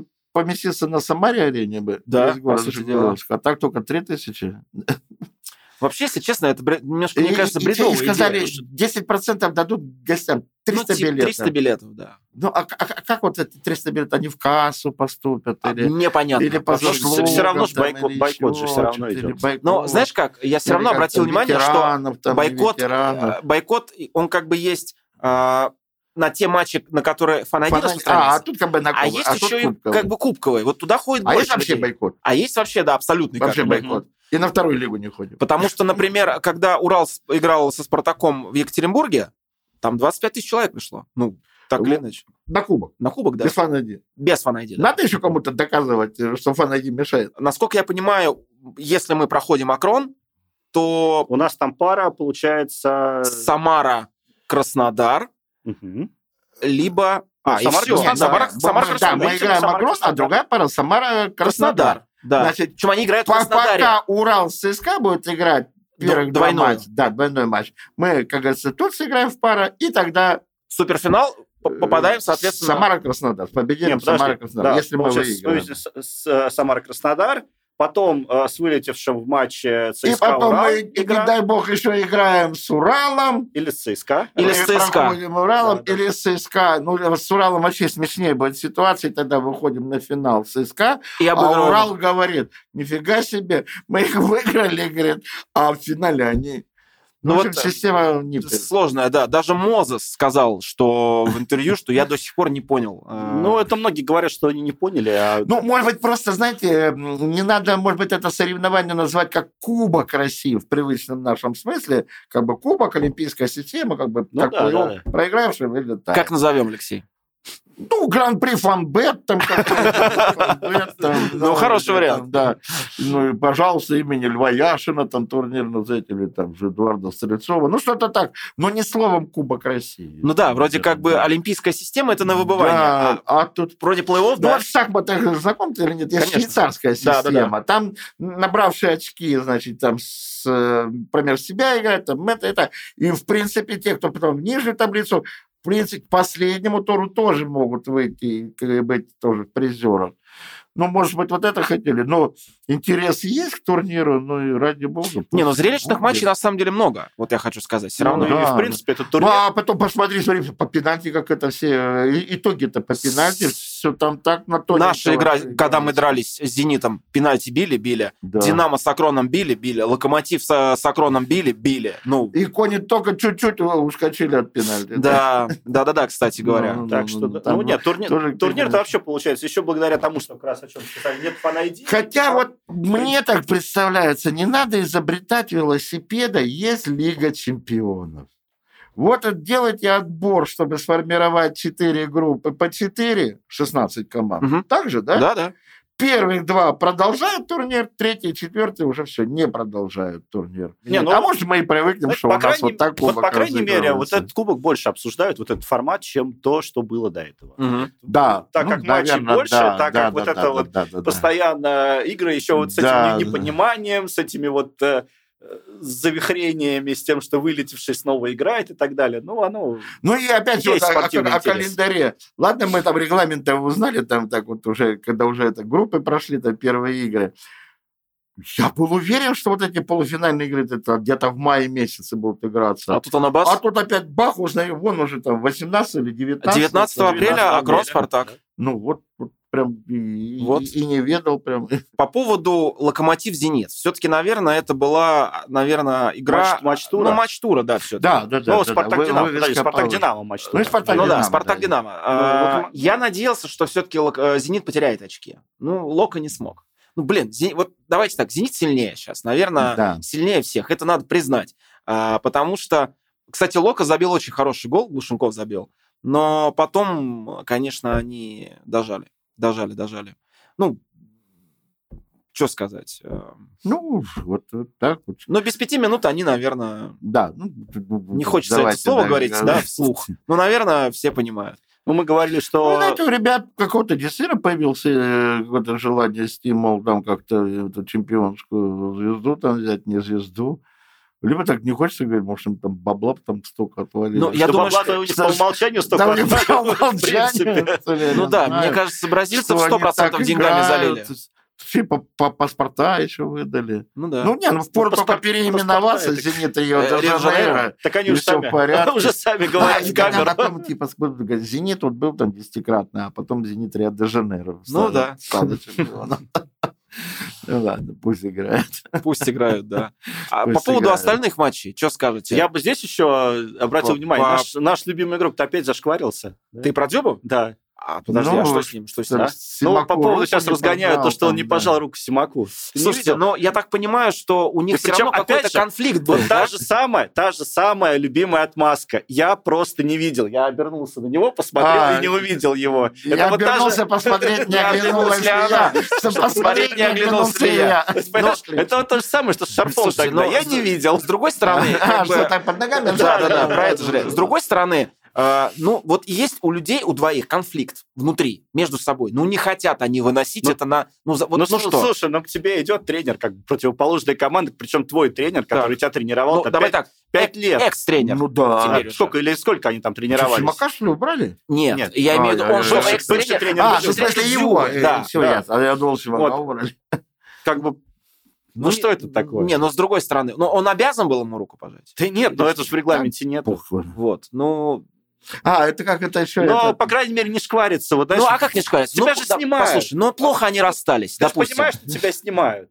[SPEAKER 3] по- поместиться на Самаре-арене бы.
[SPEAKER 2] Да,
[SPEAKER 3] Весь город
[SPEAKER 2] по сути
[SPEAKER 3] Жигулевск. А так только 3000.
[SPEAKER 2] Вообще, если честно, это бре- немножко,
[SPEAKER 3] И,
[SPEAKER 2] мне кажется,
[SPEAKER 3] и- и
[SPEAKER 2] бредовая идея.
[SPEAKER 3] сказали, 10% дадут гостям.
[SPEAKER 2] Ну,
[SPEAKER 3] 300
[SPEAKER 2] типа,
[SPEAKER 3] билетов.
[SPEAKER 2] 300 билетов, да.
[SPEAKER 3] Ну, а, к- а к- как вот эти 300 билетов? Они в кассу поступят?
[SPEAKER 2] А,
[SPEAKER 3] или...
[SPEAKER 2] Непонятно.
[SPEAKER 3] Или по
[SPEAKER 2] Вообще,
[SPEAKER 1] Потому что
[SPEAKER 3] заслугам
[SPEAKER 1] всё равно ж
[SPEAKER 3] там,
[SPEAKER 1] бойкот-
[SPEAKER 3] или
[SPEAKER 1] бойкот же
[SPEAKER 3] еще
[SPEAKER 1] всё равно
[SPEAKER 3] что-то,
[SPEAKER 1] идет.
[SPEAKER 3] или бойкот.
[SPEAKER 2] Но знаешь как, я все
[SPEAKER 3] Или
[SPEAKER 2] равно
[SPEAKER 3] как-то
[SPEAKER 2] обратил внимание, что
[SPEAKER 3] ветеранов там,
[SPEAKER 2] бойкот,
[SPEAKER 3] или ветеранов.
[SPEAKER 2] э, бойкот, и он как бы есть а, на те матчи, на которые фанаты
[SPEAKER 3] Фонарь-
[SPEAKER 2] распространяются.
[SPEAKER 3] а, а тут как бы на
[SPEAKER 2] А
[SPEAKER 3] куб-
[SPEAKER 2] есть
[SPEAKER 3] а тут
[SPEAKER 2] еще и
[SPEAKER 3] кубковый.
[SPEAKER 2] как бы кубковые. Вот туда ходит
[SPEAKER 3] А
[SPEAKER 2] больше
[SPEAKER 3] есть вообще
[SPEAKER 2] людей.
[SPEAKER 3] бойкот?
[SPEAKER 2] А есть вообще, да, абсолютный.
[SPEAKER 3] Вообще
[SPEAKER 2] как бы.
[SPEAKER 3] бойкот. И на вторую лигу не ходим.
[SPEAKER 2] Потому что, например, когда Урал с- играл со Спартаком в Екатеринбурге, там 25 тысяч человек пришло. Ну, так или иначе.
[SPEAKER 3] На кубок.
[SPEAKER 2] На кубок, да.
[SPEAKER 3] Без фанади.
[SPEAKER 2] Без фанайди. да.
[SPEAKER 3] Надо еще кому-то доказывать, э, что фанади мешает.
[SPEAKER 2] Насколько я понимаю, если мы проходим Акрон, то
[SPEAKER 1] У нас там пара, получается...
[SPEAKER 2] Самара, Краснодар,
[SPEAKER 1] Мгм.
[SPEAKER 2] либо... А, и
[SPEAKER 1] Самара,
[SPEAKER 2] всё.
[SPEAKER 1] Краснодар.
[SPEAKER 2] Самара, Самара,
[SPEAKER 3] Мы- да,
[SPEAKER 2] Краснодар.
[SPEAKER 3] мы играем
[SPEAKER 1] Самара,
[SPEAKER 3] Акрос, а
[SPEAKER 1] Краснодар.
[SPEAKER 3] другая пара Самара, Краснодар.
[SPEAKER 2] Краснодар. Да.
[SPEAKER 3] Значит,
[SPEAKER 2] Причем они играют в
[SPEAKER 3] По-
[SPEAKER 2] Краснодаре.
[SPEAKER 3] Пока Урал с ЦСКА будет играть первых два
[SPEAKER 2] двойной.
[SPEAKER 3] матча, да, двойной матч, мы, как говорится, тут сыграем в пара, и тогда
[SPEAKER 2] Суперфинал п-
[SPEAKER 3] э,
[SPEAKER 2] попадаем, соответственно...
[SPEAKER 3] Самара-Краснодар. Победим
[SPEAKER 1] Нет, подожди.
[SPEAKER 3] Самара-Краснодар,
[SPEAKER 1] Да,
[SPEAKER 3] если мы
[SPEAKER 1] получается,
[SPEAKER 3] выиграем.
[SPEAKER 1] с- с- э, Самара-Краснодар, потом э, с вылетевшим в матче
[SPEAKER 3] И
[SPEAKER 1] ЦСКА
[SPEAKER 3] потом
[SPEAKER 1] Урал
[SPEAKER 3] мы, и, не
[SPEAKER 1] игра.
[SPEAKER 3] дай бог, еще играем с Уралом.
[SPEAKER 1] или с ЦСКА. Э,
[SPEAKER 2] Или
[SPEAKER 3] Мы
[SPEAKER 2] с ЦСКА.
[SPEAKER 3] проходим Уралом,
[SPEAKER 1] Да, да.
[SPEAKER 3] или с ЦСКА. Ну, вот с Уралом вообще смешнее будет ситуация, и тогда выходим на финал с ЦСКА.
[SPEAKER 2] И
[SPEAKER 3] а
[SPEAKER 2] обыгрываем.
[SPEAKER 3] Урал говорит, нифига себе, мы их выиграли, говорит, а в финале они...
[SPEAKER 2] Ну
[SPEAKER 3] Ну,
[SPEAKER 2] вот,
[SPEAKER 3] вот система не...
[SPEAKER 2] Сложная, да. Даже Мозес сказал, что в интервью, что я до сих пор не понял. э,
[SPEAKER 1] Ну, это многие говорят, что они не поняли, а
[SPEAKER 3] Ну, может быть, просто, знаете, м, не надо, может быть, это соревнование назвать как Кубок России в привычном нашем смысле, как бы Кубок, Олимпийская система, как бы
[SPEAKER 1] Ну да,
[SPEAKER 3] такой
[SPEAKER 1] да,
[SPEAKER 3] он, проигравший вылетает.
[SPEAKER 2] Как назовем, Алексей?
[SPEAKER 3] Ну, Гран-при Фанбет там какой-то.
[SPEAKER 2] Ну, хороший вариант.
[SPEAKER 3] Да. Ну, и, пожалуйста, имени Льва Яшина, там турнир, ну, знаете, или там же Эдуарда Стрельцова. Ну, что-то так. Но не словом Кубок России.
[SPEAKER 2] Ну да, вроде как бы
[SPEAKER 3] Да.
[SPEAKER 2] олимпийская система это на выбывание.
[SPEAKER 3] Да,
[SPEAKER 2] а
[SPEAKER 3] а тут
[SPEAKER 2] Вроде плей-офф,
[SPEAKER 3] Ну,
[SPEAKER 2] да?
[SPEAKER 3] вот в шахматах знаком ты или нет? Есть
[SPEAKER 2] Конечно.
[SPEAKER 3] швейцарская
[SPEAKER 2] Да,
[SPEAKER 3] система.
[SPEAKER 2] да,
[SPEAKER 3] Там набравшие очки, значит, там, с, э, например, себя играют, там, это, это. И, в принципе, те, кто потом в нижнюю таблицу, в принципе, к последнему туру тоже могут выйти и как бы, быть тоже в призерах. Ну, может быть, вот это хотели. Но интерес есть к турниру, ну и ради бога.
[SPEAKER 2] Не, ну
[SPEAKER 3] пусть
[SPEAKER 2] зрелищных
[SPEAKER 3] будет.
[SPEAKER 2] матчей на самом деле много, вот я хочу сказать, все
[SPEAKER 1] Ну,
[SPEAKER 2] равно.
[SPEAKER 1] и,
[SPEAKER 3] да.
[SPEAKER 1] в принципе, этот
[SPEAKER 3] Ну,
[SPEAKER 1] турнир...
[SPEAKER 3] а потом посмотри, смотри, по пенальти, как это все... э, и- Итоги-то по пенальти, все там так на то.
[SPEAKER 2] Наша игра, когда мы дрались с «Зенитом», пенальти били, били. «Динамо» с «Акроном» били, били. «Локомотив» с, э, с «Акроном» били, били. Ну,
[SPEAKER 3] И кони только чуть-чуть ускочили от пенальти.
[SPEAKER 2] да, да-да-да, кстати говоря.
[SPEAKER 3] Ну,
[SPEAKER 1] Так что,
[SPEAKER 3] ну,
[SPEAKER 1] да.
[SPEAKER 3] там
[SPEAKER 1] ну нет, турнир,
[SPEAKER 3] тоже
[SPEAKER 1] турнир-то
[SPEAKER 3] пенальти.
[SPEAKER 1] вообще получается еще благодаря тому, что как раз о чем сказали, нет фанайди.
[SPEAKER 3] Хотя вот мне так представляется, не надо изобретать велосипеда, есть Лига Чемпионов. Вот это делайте отбор, чтобы сформировать 4 группы по 4, 16 команд.
[SPEAKER 2] Мгм.
[SPEAKER 3] Так же, да?
[SPEAKER 2] Да-да.
[SPEAKER 3] Первых два продолжают турнир, третий и четвертый уже все не продолжают турнир.
[SPEAKER 1] Не, ну,
[SPEAKER 3] а может, мы и привыкнем,
[SPEAKER 1] знаете,
[SPEAKER 3] что у
[SPEAKER 1] по
[SPEAKER 3] нас
[SPEAKER 1] крайней,
[SPEAKER 3] вот так
[SPEAKER 1] вот, по
[SPEAKER 3] кубок
[SPEAKER 1] крайней мере, вот
[SPEAKER 3] разыгрывается.
[SPEAKER 1] этот кубок больше обсуждают, вот этот формат, чем то, что было до этого.
[SPEAKER 2] Мгм.
[SPEAKER 3] Да,
[SPEAKER 1] Так
[SPEAKER 3] ну,
[SPEAKER 1] как матчей
[SPEAKER 3] наверное,
[SPEAKER 1] больше,
[SPEAKER 3] да,
[SPEAKER 1] так
[SPEAKER 3] да,
[SPEAKER 1] как вот
[SPEAKER 3] да,
[SPEAKER 1] это
[SPEAKER 3] да,
[SPEAKER 1] вот
[SPEAKER 3] да, да, да.
[SPEAKER 1] постоянно игры еще вот с
[SPEAKER 3] Да,
[SPEAKER 1] этим
[SPEAKER 3] да.
[SPEAKER 1] непониманием, с этими вот э, э, завихрениями, с тем, что вылетевший снова играет и так далее. Ну, оно...
[SPEAKER 3] Ну и опять же,
[SPEAKER 1] Есть
[SPEAKER 3] вот о,
[SPEAKER 1] спортивный
[SPEAKER 3] о- о
[SPEAKER 1] интерес.
[SPEAKER 3] календаре. Ладно, мы там регламент там узнали, там так вот уже, когда уже это группы прошли, там первые игры. Я был уверен, что вот эти полуфинальные игры это где-то в мае месяце будут играться.
[SPEAKER 2] А
[SPEAKER 3] А,
[SPEAKER 2] тут она бас.
[SPEAKER 3] тут опять бах, узнаем, вон уже там 18 или 19.
[SPEAKER 2] 19 апреля
[SPEAKER 1] 19
[SPEAKER 2] «Акрон»
[SPEAKER 1] апреля.
[SPEAKER 2] «Спартак».
[SPEAKER 3] Ну вот, вот прям и, и-
[SPEAKER 2] Вот.
[SPEAKER 3] и не ведал прям.
[SPEAKER 2] По поводу «Локомотив» «Зенит». Все-таки, наверное, это была, наверное, игра...
[SPEAKER 1] Матч- матч тура?
[SPEAKER 2] Ну, матч тура, да, все
[SPEAKER 3] Да, да, да.
[SPEAKER 1] ну,
[SPEAKER 3] да, да. Вы-
[SPEAKER 1] Спартак-Динамо,
[SPEAKER 3] вывеска
[SPEAKER 1] подожди,
[SPEAKER 3] получше.
[SPEAKER 1] Спартак-Динамо матч.
[SPEAKER 3] Ну, и
[SPEAKER 2] Ну
[SPEAKER 3] «Спартак-Динамо»,
[SPEAKER 2] да,
[SPEAKER 3] да,
[SPEAKER 2] Спартак-Динамо.
[SPEAKER 1] Ну,
[SPEAKER 2] Э,
[SPEAKER 1] вот-
[SPEAKER 2] Я надеялся, что все-таки Зенит потеряет очки. Ну, Лока не смог. Ну, блин, «Зенит», вот давайте так, Зенит сильнее сейчас, наверное,
[SPEAKER 3] Да.
[SPEAKER 2] сильнее всех. Это надо признать. А, Потому что, кстати, Лока забил очень хороший гол, Глушенков забил. Но потом, конечно, они дожали, дожали, дожали. Ну, что сказать. э,
[SPEAKER 3] Ну, вот, вот так вот.
[SPEAKER 2] Ну, без пяти минут они, наверное,
[SPEAKER 3] Да. ну,
[SPEAKER 2] не хочется
[SPEAKER 3] давайте,
[SPEAKER 2] это слово
[SPEAKER 3] да,
[SPEAKER 2] говорить, да, вслух. Ну, наверное, все понимают.
[SPEAKER 1] Ну, мы говорили,
[SPEAKER 3] Ну,
[SPEAKER 1] что...
[SPEAKER 3] знаете, у ребят какого-то действительно появился э, какое-то желание, стимул там как-то эту чемпионскую звезду там взять, не звезду. Либо так не хочется говорить, может, им там бабла б там столько отвалили.
[SPEAKER 2] Ну, я
[SPEAKER 1] что
[SPEAKER 2] думаю,
[SPEAKER 1] Бабла
[SPEAKER 2] что-
[SPEAKER 1] Троевич по умолчанию столько
[SPEAKER 3] Там не
[SPEAKER 1] отправил,
[SPEAKER 3] по
[SPEAKER 1] в принципе.
[SPEAKER 3] умолчанию, что ли, я
[SPEAKER 2] Ну
[SPEAKER 3] не
[SPEAKER 2] да,
[SPEAKER 3] знаю,
[SPEAKER 2] мне кажется, бразильцев
[SPEAKER 3] что они
[SPEAKER 2] 100%
[SPEAKER 3] так
[SPEAKER 2] деньгами
[SPEAKER 3] играют.
[SPEAKER 2] залили.
[SPEAKER 3] Вообще по- по- паспорта еще выдали.
[SPEAKER 2] Ну да.
[SPEAKER 3] Ну, не, ну, впору
[SPEAKER 1] Ну,
[SPEAKER 3] только
[SPEAKER 1] паспорт-
[SPEAKER 3] переименоваться,
[SPEAKER 1] паспорта
[SPEAKER 3] «Зенит» и ее
[SPEAKER 2] Э, Рио-де-Жанейро.
[SPEAKER 1] Так они
[SPEAKER 3] И
[SPEAKER 1] уже
[SPEAKER 3] всё в
[SPEAKER 1] сами,
[SPEAKER 3] порядке.
[SPEAKER 1] уже сами
[SPEAKER 3] А,
[SPEAKER 1] говорят
[SPEAKER 3] и
[SPEAKER 1] в
[SPEAKER 3] тогда
[SPEAKER 1] камеру.
[SPEAKER 3] потом, типа, смотрят, говорят, «Зенит» вот был там десятикратно, а потом «Зенит»
[SPEAKER 1] Ну
[SPEAKER 3] Рио-де-Жанейро. стал-
[SPEAKER 2] да.
[SPEAKER 3] стал чемпионом. Ну ладно, пусть играет.
[SPEAKER 2] Пусть играют, да. А
[SPEAKER 3] Пусть
[SPEAKER 2] по поводу
[SPEAKER 3] играют.
[SPEAKER 2] остальных матчей, что скажете?
[SPEAKER 1] Я бы здесь еще обратил
[SPEAKER 2] По-
[SPEAKER 1] внимание,
[SPEAKER 2] по-
[SPEAKER 1] наш, наш любимый игрок, ты опять зашкварился.
[SPEAKER 2] Ты про Дзюбу?
[SPEAKER 1] Да.
[SPEAKER 2] А, подожди,
[SPEAKER 3] Ну,
[SPEAKER 2] а что с ним? Что с ним?
[SPEAKER 1] Да. ну, по поводу сейчас разгоняют то, что он не пожал руку Симаку. ну, Ты не
[SPEAKER 2] Слушайте,
[SPEAKER 1] видел?
[SPEAKER 2] но я так понимаю, что у них
[SPEAKER 1] Да
[SPEAKER 2] все
[SPEAKER 1] причем,
[SPEAKER 2] равно какой-то
[SPEAKER 1] опять же,
[SPEAKER 2] конфликт был.
[SPEAKER 1] Вот
[SPEAKER 2] да?
[SPEAKER 1] та же самая, та же самая любимая отмазка. Я просто не видел. Я обернулся на него, посмотрел
[SPEAKER 3] А,
[SPEAKER 1] и не увидел его.
[SPEAKER 3] Я
[SPEAKER 1] Это вот та же-
[SPEAKER 3] обернулся посмотреть, не
[SPEAKER 1] Да,
[SPEAKER 3] оглянулась ли я. Чтобы Посмотреть, не оглянулся ли я.
[SPEAKER 1] Понимаешь, это вот то же самое, что с шарфом
[SPEAKER 2] Слушайте,
[SPEAKER 1] тогда.
[SPEAKER 2] ну,
[SPEAKER 1] Я
[SPEAKER 2] с-
[SPEAKER 1] не видел.
[SPEAKER 2] С другой стороны,
[SPEAKER 3] А,
[SPEAKER 2] как бы-
[SPEAKER 3] что, так под ногами?
[SPEAKER 2] Да, да, да, про это же. С другой стороны, э, ну, вот есть у людей, у двоих конфликт внутри, между собой. Ну, не хотят они выносить
[SPEAKER 1] Ну,
[SPEAKER 2] это на... Ну, за- вот,
[SPEAKER 1] ну,
[SPEAKER 2] ну
[SPEAKER 1] слушай,
[SPEAKER 2] что?
[SPEAKER 1] слушай, ну к тебе идет тренер, как бы противоположная команда, причем твой тренер, который тебя тренировал
[SPEAKER 2] Ну,
[SPEAKER 1] там
[SPEAKER 2] давай
[SPEAKER 1] пять-
[SPEAKER 2] так,
[SPEAKER 1] пять лет.
[SPEAKER 2] экс-тренер.
[SPEAKER 3] Ну
[SPEAKER 1] А,
[SPEAKER 3] да.
[SPEAKER 2] теперь уже.
[SPEAKER 1] сколько или сколько они там тренировались?
[SPEAKER 3] Симака, что ли, убрали?
[SPEAKER 2] Нет,
[SPEAKER 1] Нет.
[SPEAKER 2] я имею в
[SPEAKER 3] А,
[SPEAKER 2] виду,
[SPEAKER 3] я-
[SPEAKER 2] он
[SPEAKER 3] я-
[SPEAKER 2] же
[SPEAKER 3] я-
[SPEAKER 1] бывший
[SPEAKER 2] экс-тренер.
[SPEAKER 1] тренер.
[SPEAKER 3] А,
[SPEAKER 1] Ну,
[SPEAKER 3] ну, в смысле
[SPEAKER 2] Дзюбы,
[SPEAKER 3] его.
[SPEAKER 2] да,
[SPEAKER 3] Все,
[SPEAKER 1] да.
[SPEAKER 3] ясно. А я думал, Симака
[SPEAKER 1] Вот.
[SPEAKER 3] убрали.
[SPEAKER 1] Как бы, ну, что это такое?
[SPEAKER 2] Не, но с другой стороны, ну, он обязан был ему руку пожать.
[SPEAKER 1] Да нет, но это же в регламенте нет.
[SPEAKER 3] Похуй.
[SPEAKER 2] Вот, ну...
[SPEAKER 3] А, это как это еще?
[SPEAKER 1] Но,
[SPEAKER 3] это-
[SPEAKER 1] по крайней мере, не шкварится. Вот, знаешь,
[SPEAKER 2] ну, а как не сказать?
[SPEAKER 1] тебя же снимают.
[SPEAKER 2] Послушай, ну, плохо они расстались,
[SPEAKER 1] Ты же
[SPEAKER 2] допустим.
[SPEAKER 1] понимаешь, что тебя снимают.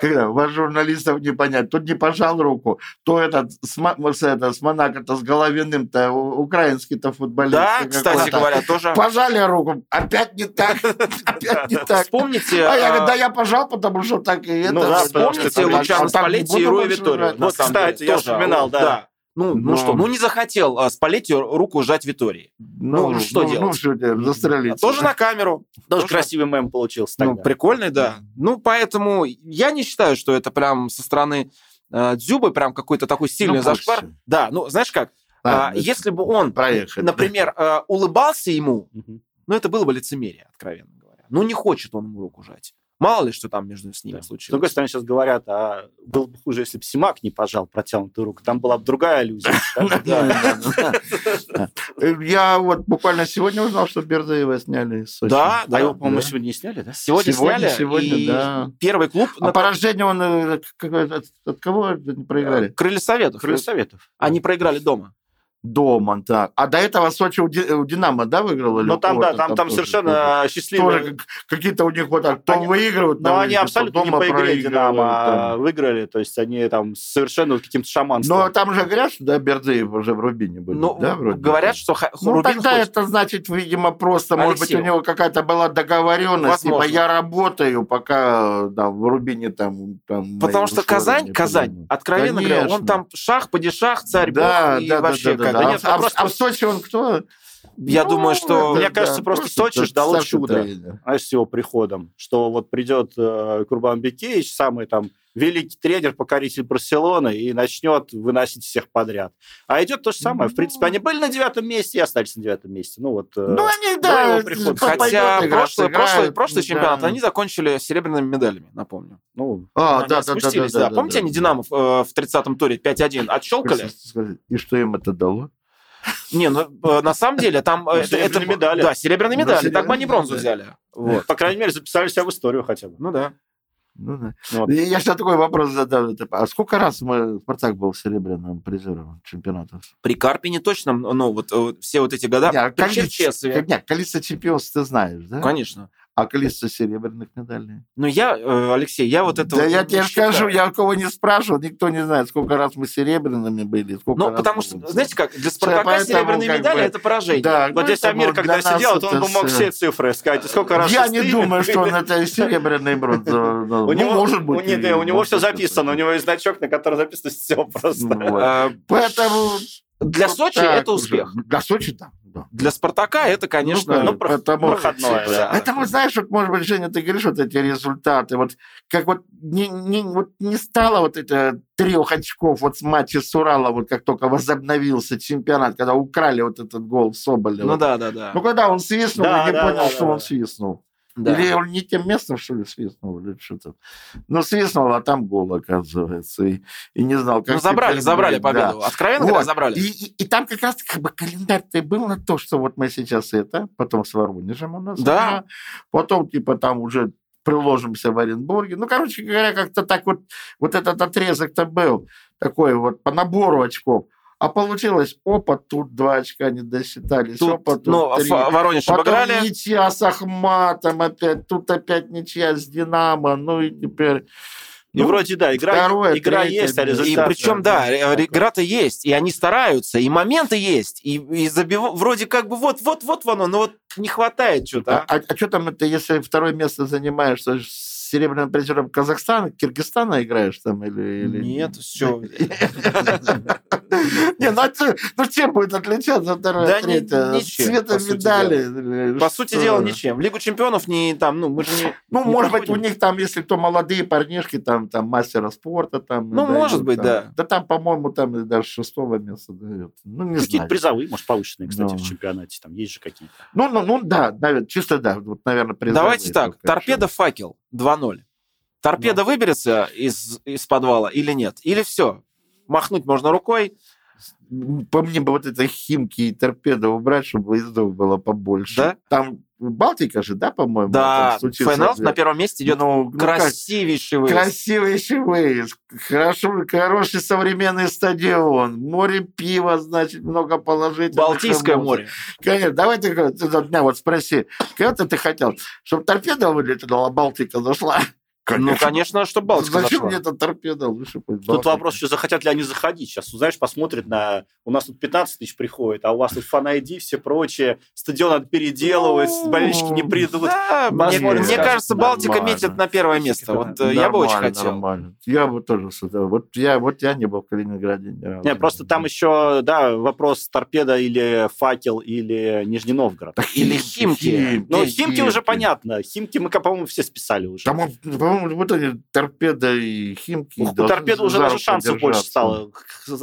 [SPEAKER 3] Когда вас журналистов не понять, тот не пожал руку, то этот с, Ма- с, это, с Монако-то, с Головиным-то, у- украинский-то футболист.
[SPEAKER 2] Да,
[SPEAKER 3] какой-то.
[SPEAKER 2] кстати говоря, тоже...
[SPEAKER 3] Пожали руку, опять не так, опять не так.
[SPEAKER 2] Вспомните...
[SPEAKER 3] А я
[SPEAKER 2] э,
[SPEAKER 3] говорю, да я пожал, потому что так и это.
[SPEAKER 1] Ну да, потому что
[SPEAKER 2] Вспомните
[SPEAKER 1] там-
[SPEAKER 2] Лучано
[SPEAKER 3] а так
[SPEAKER 2] Спалетти
[SPEAKER 3] буду
[SPEAKER 2] и Руи
[SPEAKER 3] больше
[SPEAKER 2] Виторию.
[SPEAKER 3] играть.
[SPEAKER 2] на
[SPEAKER 1] Вот,
[SPEAKER 2] самом
[SPEAKER 1] кстати,
[SPEAKER 2] деле,
[SPEAKER 1] я
[SPEAKER 2] тоже.
[SPEAKER 1] вспоминал, да.
[SPEAKER 2] Ну, ну,
[SPEAKER 3] Ну.
[SPEAKER 2] что, ну не захотел а, Спалетти руку сжать Витории. Ну, что
[SPEAKER 3] Ну,
[SPEAKER 2] делать?
[SPEAKER 3] что делать, застрелиться.
[SPEAKER 2] Тоже на камеру.
[SPEAKER 1] Тоже
[SPEAKER 2] Тоже
[SPEAKER 1] красивый мем получился
[SPEAKER 2] Ну,
[SPEAKER 1] тогда.
[SPEAKER 2] прикольный, да. Ну, поэтому я не считаю, что это прям со стороны э, Дзюбы прям какой-то такой сильный
[SPEAKER 3] Ну,
[SPEAKER 2] зашквар.
[SPEAKER 3] больше.
[SPEAKER 2] Да, ну, знаешь как, а,
[SPEAKER 3] Ладно, это
[SPEAKER 2] если бы он,
[SPEAKER 3] проехали.
[SPEAKER 2] например, э, улыбался ему,
[SPEAKER 1] Мгм.
[SPEAKER 2] ну, это было бы лицемерие, откровенно говоря. Ну, не хочет он ему руку жать. Мало ли, что там между с ними
[SPEAKER 1] Да. С
[SPEAKER 3] Ну,
[SPEAKER 2] случилось.
[SPEAKER 1] другой стороны, сейчас говорят, а было бы хуже, если бы Симак не пожал протянутую руку. Там была бы другая иллюзия. Да?
[SPEAKER 3] Да, да, да. Э, Я вот буквально сегодня узнал, что Бердыева сняли из Сочи.
[SPEAKER 2] Да, да.
[SPEAKER 1] А его, по-моему,
[SPEAKER 3] Да.
[SPEAKER 1] сегодня не сняли, да?
[SPEAKER 2] Сегодня,
[SPEAKER 3] Сегодня,
[SPEAKER 2] сняли,
[SPEAKER 3] сегодня,
[SPEAKER 2] и
[SPEAKER 3] да.
[SPEAKER 2] первый клуб
[SPEAKER 3] А поражение он э, как- от, от кого не проиграли?
[SPEAKER 2] Крылья Советов.
[SPEAKER 1] Крылья Советов.
[SPEAKER 2] Они проиграли дома.
[SPEAKER 3] Дома, да. А до этого Сочи у, Ди- у Динамо, да, выиграла? или
[SPEAKER 1] Но
[SPEAKER 3] у
[SPEAKER 1] Ну там, да,
[SPEAKER 3] кого-то
[SPEAKER 1] там, там
[SPEAKER 3] тоже,
[SPEAKER 1] совершенно
[SPEAKER 3] тоже,
[SPEAKER 1] счастливые...
[SPEAKER 3] тоже как- какие-то у них вот так, то
[SPEAKER 1] Они-
[SPEAKER 3] выигрывают,
[SPEAKER 1] Но
[SPEAKER 3] там
[SPEAKER 1] они
[SPEAKER 3] выигрывают,
[SPEAKER 1] абсолютно
[SPEAKER 3] то
[SPEAKER 1] не
[SPEAKER 3] дома
[SPEAKER 1] по игре
[SPEAKER 3] проигрывают,
[SPEAKER 1] Динамо а
[SPEAKER 3] там.
[SPEAKER 1] выиграли. То есть они там совершенно вот каким-то
[SPEAKER 3] Но
[SPEAKER 1] шаманством.
[SPEAKER 3] там же говорят, что да, Бердыев уже в Рубине был.
[SPEAKER 2] Ну,
[SPEAKER 3] да, вроде
[SPEAKER 2] говорят,
[SPEAKER 3] бы.
[SPEAKER 2] что Ха-
[SPEAKER 3] Ну,
[SPEAKER 2] Рубин
[SPEAKER 3] тогда
[SPEAKER 2] хочет.
[SPEAKER 3] это значит, видимо, просто, может быть,
[SPEAKER 2] Алексей.
[SPEAKER 3] у него какая-то была договоренность, типа,
[SPEAKER 2] Возможно.
[SPEAKER 3] я работаю, пока э, да, в Рубине там... там
[SPEAKER 2] Потому
[SPEAKER 3] мои
[SPEAKER 2] что
[SPEAKER 3] условия
[SPEAKER 2] Казань,
[SPEAKER 3] не
[SPEAKER 2] Казань,
[SPEAKER 3] принимают.
[SPEAKER 2] откровенно говоря, он
[SPEAKER 3] Конечно.
[SPEAKER 2] там шах, падишах, царь,
[SPEAKER 3] да,
[SPEAKER 2] бог и
[SPEAKER 3] да, да,
[SPEAKER 2] вообще
[SPEAKER 3] да, да,
[SPEAKER 2] как бы.
[SPEAKER 3] да. ну,
[SPEAKER 2] Нет,
[SPEAKER 3] А,
[SPEAKER 2] ну
[SPEAKER 3] в-
[SPEAKER 2] просто
[SPEAKER 3] а в Сочи он кто?
[SPEAKER 2] я думаю, что...
[SPEAKER 1] это- мне кажется, просто Сочи ждало чуда. знаешь, а, с его приходом, что вот придет э, Курбанбекевич, самый там великий тренер, покоритель Барселоны, и начнет выносить всех подряд. А идет то же самое. В
[SPEAKER 3] Ну.
[SPEAKER 1] принципе, они были на девятом месте и остались на девятом месте. Ну вот... э,
[SPEAKER 3] Ну,
[SPEAKER 1] да,
[SPEAKER 3] они, да,
[SPEAKER 1] его приход.
[SPEAKER 3] по-
[SPEAKER 2] Хотя
[SPEAKER 3] Ну, пойдёт играть,
[SPEAKER 2] прошлый,
[SPEAKER 3] сыграют,
[SPEAKER 2] прошлый, прошлый
[SPEAKER 3] да.
[SPEAKER 2] чемпионат они закончили серебряными медалями, напомню.
[SPEAKER 1] ну,
[SPEAKER 3] А,
[SPEAKER 2] Они
[SPEAKER 3] да, да, да, да,
[SPEAKER 2] спустились, да. Помните, они Динамо э, в 30-м туре 5-1 отщелкали?
[SPEAKER 3] Скажи, И что им это дало?
[SPEAKER 2] Не, ну э, на самом деле там... э,
[SPEAKER 1] Ну,
[SPEAKER 2] это-
[SPEAKER 1] серебряные
[SPEAKER 2] это-
[SPEAKER 1] медали.
[SPEAKER 2] Да, серебряные
[SPEAKER 3] Ну,
[SPEAKER 2] медали. Так бы они
[SPEAKER 3] серебряные
[SPEAKER 2] бронзу
[SPEAKER 3] медали.
[SPEAKER 2] взяли. Вот.
[SPEAKER 1] по крайней мере, записали себя в историю хотя бы.
[SPEAKER 2] Ну да.
[SPEAKER 3] Ну да.
[SPEAKER 1] Ну, вот.
[SPEAKER 3] Я я всегда такой вопрос задам. типа, А сколько раз мы Спартак был серебряным призером чемпионата?
[SPEAKER 2] При Карпине точно, ну вот э, все вот эти года.
[SPEAKER 3] Не, а
[SPEAKER 2] при
[SPEAKER 3] количе-
[SPEAKER 2] Черчесове.
[SPEAKER 3] Не, количество чемпионств ты знаешь, да?
[SPEAKER 2] Конечно.
[SPEAKER 3] А количество серебряных медалей?
[SPEAKER 2] Но я, э, Алексей, я вот это...
[SPEAKER 3] Да
[SPEAKER 2] вот
[SPEAKER 3] я
[SPEAKER 2] не
[SPEAKER 3] тебе
[SPEAKER 2] считаю.
[SPEAKER 3] скажу, я у кого не спрашивал, никто не знает, сколько раз мы серебряными были, сколько
[SPEAKER 2] Ну,
[SPEAKER 3] раз
[SPEAKER 2] потому
[SPEAKER 3] мы
[SPEAKER 2] что,
[SPEAKER 3] были.
[SPEAKER 2] знаете как, для Спартака
[SPEAKER 3] а поэтому
[SPEAKER 2] серебряные
[SPEAKER 3] как
[SPEAKER 2] медали
[SPEAKER 3] бы-
[SPEAKER 2] это поражение.
[SPEAKER 3] Да,
[SPEAKER 1] Вот
[SPEAKER 3] ну,
[SPEAKER 1] здесь
[SPEAKER 3] это
[SPEAKER 1] Амир,
[SPEAKER 3] вот
[SPEAKER 1] когда
[SPEAKER 3] для нас
[SPEAKER 1] сидел, вот он
[SPEAKER 3] это
[SPEAKER 1] бы мог
[SPEAKER 3] с-
[SPEAKER 1] все цифры сказать. и Сколько раз
[SPEAKER 3] Я не
[SPEAKER 1] шестые
[SPEAKER 3] думаю,
[SPEAKER 1] были.
[SPEAKER 3] что он это и серебряный и бронзовый. Ну,
[SPEAKER 1] У него,
[SPEAKER 3] может быть.
[SPEAKER 1] у, не-
[SPEAKER 3] и
[SPEAKER 1] у него все
[SPEAKER 3] может быть.
[SPEAKER 1] записано, у него есть значок, на котором записано все просто.
[SPEAKER 3] Ну, вот.
[SPEAKER 2] Э,
[SPEAKER 3] Поэтому...
[SPEAKER 2] Для Сочи
[SPEAKER 3] так
[SPEAKER 2] это
[SPEAKER 3] уже.
[SPEAKER 2] успех.
[SPEAKER 3] Для Сочи, да. да.
[SPEAKER 2] Для Спартака это, конечно,
[SPEAKER 3] Ну,
[SPEAKER 2] ну,
[SPEAKER 3] про- потому-
[SPEAKER 1] проходное, да.
[SPEAKER 3] Это вот, знаешь, вот, может быть, Женя, ты говоришь, вот эти результаты, вот как вот не, не- вот не стало вот это трех очков вот с матча с Уралом, вот как только возобновился чемпионат, когда украли вот этот гол Соболева.
[SPEAKER 2] ну да, да, да.
[SPEAKER 3] Ну, когда он свистнул,
[SPEAKER 1] Да,
[SPEAKER 3] я не
[SPEAKER 1] да,
[SPEAKER 3] понял,
[SPEAKER 1] да,
[SPEAKER 3] что
[SPEAKER 1] да,
[SPEAKER 3] он
[SPEAKER 1] да.
[SPEAKER 3] свистнул.
[SPEAKER 2] Да.
[SPEAKER 3] Или он не тем местом, что ли, свистнул, или что-то. Ну, свистнул, а там гол, оказывается. И, и не знал, как...
[SPEAKER 2] Ну, забрали,
[SPEAKER 3] теперь
[SPEAKER 2] забрали
[SPEAKER 3] будет, да.
[SPEAKER 2] победу. Откровенно
[SPEAKER 3] Вот.
[SPEAKER 2] говоря,
[SPEAKER 3] И,
[SPEAKER 2] забрали.
[SPEAKER 3] и- и там как раз как бы календарь-то и был на то, что вот мы сейчас это, потом с Воронежем у нас.
[SPEAKER 2] Да.
[SPEAKER 3] игра, Потом, типа, там уже приложимся в Оренбурге. Ну, короче говоря, как-то так вот, вот этот отрезок-то был такой вот по набору очков. А получилось, опа, тут два очка не досчитались,
[SPEAKER 2] Тут,
[SPEAKER 3] опа, тут
[SPEAKER 2] ну,
[SPEAKER 3] три.
[SPEAKER 2] Ф- Воронеж
[SPEAKER 3] Потом
[SPEAKER 2] обыграли.
[SPEAKER 3] ничья с Ахматом опять, тут опять ничья с Динамо, ну и теперь...
[SPEAKER 1] И вроде, да, игра,
[SPEAKER 3] Ну, второе,
[SPEAKER 1] игра
[SPEAKER 3] третье,
[SPEAKER 1] есть, а
[SPEAKER 3] да.
[SPEAKER 1] результат...
[SPEAKER 2] И причем, да, э,
[SPEAKER 1] такой.
[SPEAKER 2] игра-то есть, и они стараются, и моменты есть, и, и забив- вроде как бы вот-вот-вот оно, но вот не хватает
[SPEAKER 3] А,
[SPEAKER 2] что-то. а.
[SPEAKER 3] что там это, если второе место занимаешь, то ж с серебряным призером Казахстана, Киргизстана играешь там или... или- Ну
[SPEAKER 2] Нет, все.
[SPEAKER 3] Не, ну, а чё- ну чем будет отличаться второе,
[SPEAKER 2] Да ни-
[SPEAKER 3] третье?
[SPEAKER 2] ничем,
[SPEAKER 3] Цвета
[SPEAKER 2] по сути
[SPEAKER 3] медали. или
[SPEAKER 2] По сути
[SPEAKER 3] что?
[SPEAKER 2] дела, ничем. В Лигу чемпионов не там, ну, мы же не...
[SPEAKER 3] Ну,
[SPEAKER 2] не
[SPEAKER 3] может быть, у
[SPEAKER 2] проходим.
[SPEAKER 3] них там, если кто молодые парнишки, там, там мастера спорта, там...
[SPEAKER 2] Ну,
[SPEAKER 3] дают,
[SPEAKER 2] может быть,
[SPEAKER 3] там.
[SPEAKER 2] да.
[SPEAKER 3] Да там, по-моему, там и даже шестого места дают. Ну, не
[SPEAKER 1] Какие-то
[SPEAKER 3] знаю. Ну.
[SPEAKER 1] призовые, может, повышенные, кстати,
[SPEAKER 3] Да.
[SPEAKER 1] в чемпионате. Там есть же какие-то.
[SPEAKER 3] Ну, ну, ну, да, наверное, чисто да. Вот, наверное, призовые
[SPEAKER 2] Давайте так,
[SPEAKER 3] только еще.
[SPEAKER 2] торпеда факел 2-0. Торпеда выберется из, из подвала или нет? Или все, махнуть можно рукой.
[SPEAKER 3] По мне бы вот это химки и торпеды убрать, чтобы выездов было побольше.
[SPEAKER 2] Да?
[SPEAKER 3] Там Балтика же, да, по-моему?
[SPEAKER 2] Да,
[SPEAKER 3] там случился
[SPEAKER 2] финал
[SPEAKER 3] ответ.
[SPEAKER 2] на первом месте идет
[SPEAKER 3] Ну, ну, как-
[SPEAKER 2] красивейший выезд.
[SPEAKER 3] Красивый еще выезд. Хорошо, хороший современный стадион. Море пива, значит, много положительных.
[SPEAKER 2] Балтийское
[SPEAKER 3] эмоций.
[SPEAKER 2] море. Ну,
[SPEAKER 3] Конечно, давай ты, ты за меня вот спроси, когда ты хотел, чтобы торпеда вылетела, а Балтика зашла?
[SPEAKER 2] Ну, конечно, что Балтика
[SPEAKER 3] Зачем
[SPEAKER 2] зашла.
[SPEAKER 3] мне эта торпеда? Лучше пусть
[SPEAKER 1] Тут
[SPEAKER 3] Балтика.
[SPEAKER 1] вопрос, что захотят ли они заходить. Сейчас, ну, знаешь, посмотрят на... У нас тут 15 тысяч приходит, а у вас тут фан-айди, все прочее. Стадион надо переделывать,
[SPEAKER 3] Ну,
[SPEAKER 1] болельщики не придут.
[SPEAKER 2] Да, мне,
[SPEAKER 1] Посмотрим,
[SPEAKER 2] мне
[SPEAKER 1] скажем,
[SPEAKER 2] кажется, Балтика
[SPEAKER 3] нормально.
[SPEAKER 2] метит на первое место. Вот э, я
[SPEAKER 3] Нормально,
[SPEAKER 2] бы очень хотел.
[SPEAKER 3] нормально. Я бы тоже с этого- Вот я, вот я не был в Калининграде ни разу.
[SPEAKER 1] Не, просто там еще, да, вопрос торпеда или факел, или Нижний Новгород.
[SPEAKER 3] Так
[SPEAKER 2] Или Химки.
[SPEAKER 1] Ну, Химки уже понятно. Химки мы, по-моему, все списали уже.
[SPEAKER 3] Там, он, по-моему, Ну, вот они, торпеда и химки.
[SPEAKER 1] У торпеды уже даже шансов больше стало.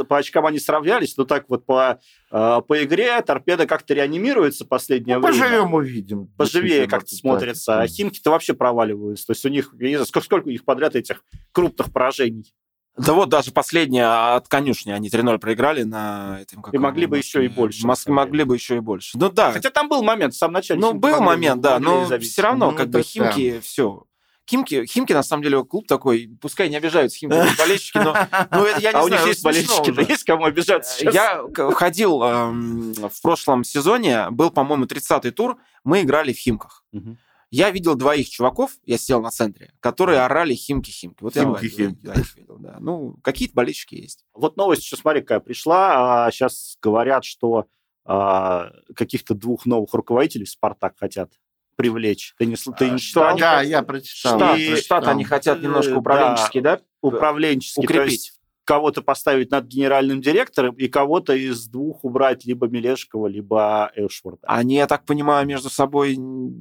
[SPEAKER 1] По очкам они сравнялись, но так вот по, э, по игре торпеда как-то реанимируется последнее
[SPEAKER 3] ну, время. Поживем, увидим.
[SPEAKER 1] Поживее как-то смотрятся. А химки-то вообще проваливаются. То есть у них, я не знаю, сколько, сколько у них подряд этих крупных поражений.
[SPEAKER 2] Да вот даже последняя от конюшни они 3-0 проиграли на этом
[SPEAKER 1] как И могли бы еще и больше.
[SPEAKER 2] Моск... Могли бы еще и больше. Ну да.
[SPEAKER 1] Хотя там был момент в самом начале.
[SPEAKER 2] Ну был могли, момент, да, но зависеть. все равно ну, как бы Химки да. все. Химки, Химки, на самом деле, клуб такой, пускай не обижаются Химки, болельщики, но, но это, я не
[SPEAKER 1] а
[SPEAKER 2] знаю,
[SPEAKER 1] у них есть болельщики,
[SPEAKER 2] уже.
[SPEAKER 1] да есть кому обижаться сейчас?
[SPEAKER 2] Я ходил эм, в прошлом сезоне, был, по-моему, 30-й тур, мы играли в Химках. Угу. Я видел двоих чуваков, я сидел на центре, которые орали химки-химки. Вот
[SPEAKER 3] химки,
[SPEAKER 2] я
[SPEAKER 3] химки.
[SPEAKER 2] Да, их видел, да. Ну, какие-то болельщики есть.
[SPEAKER 1] Вот новость сейчас, смотри, какая пришла. Сейчас говорят, что а, каких-то двух новых руководителей в «Спартак» хотят привлечь. Ты не, ты не читал?
[SPEAKER 3] Да, э, я прочитал.
[SPEAKER 2] Штат,
[SPEAKER 3] я прочитал.
[SPEAKER 2] штат
[SPEAKER 1] а
[SPEAKER 2] они
[SPEAKER 3] э,
[SPEAKER 2] хотят немножко управленческий, да? да?
[SPEAKER 1] Управленческий.
[SPEAKER 2] Укрепить
[SPEAKER 1] кого-то поставить над генеральным директором и кого-то из двух убрать либо Мелешкова, либо Эшворда.
[SPEAKER 2] Они, я так понимаю, между собой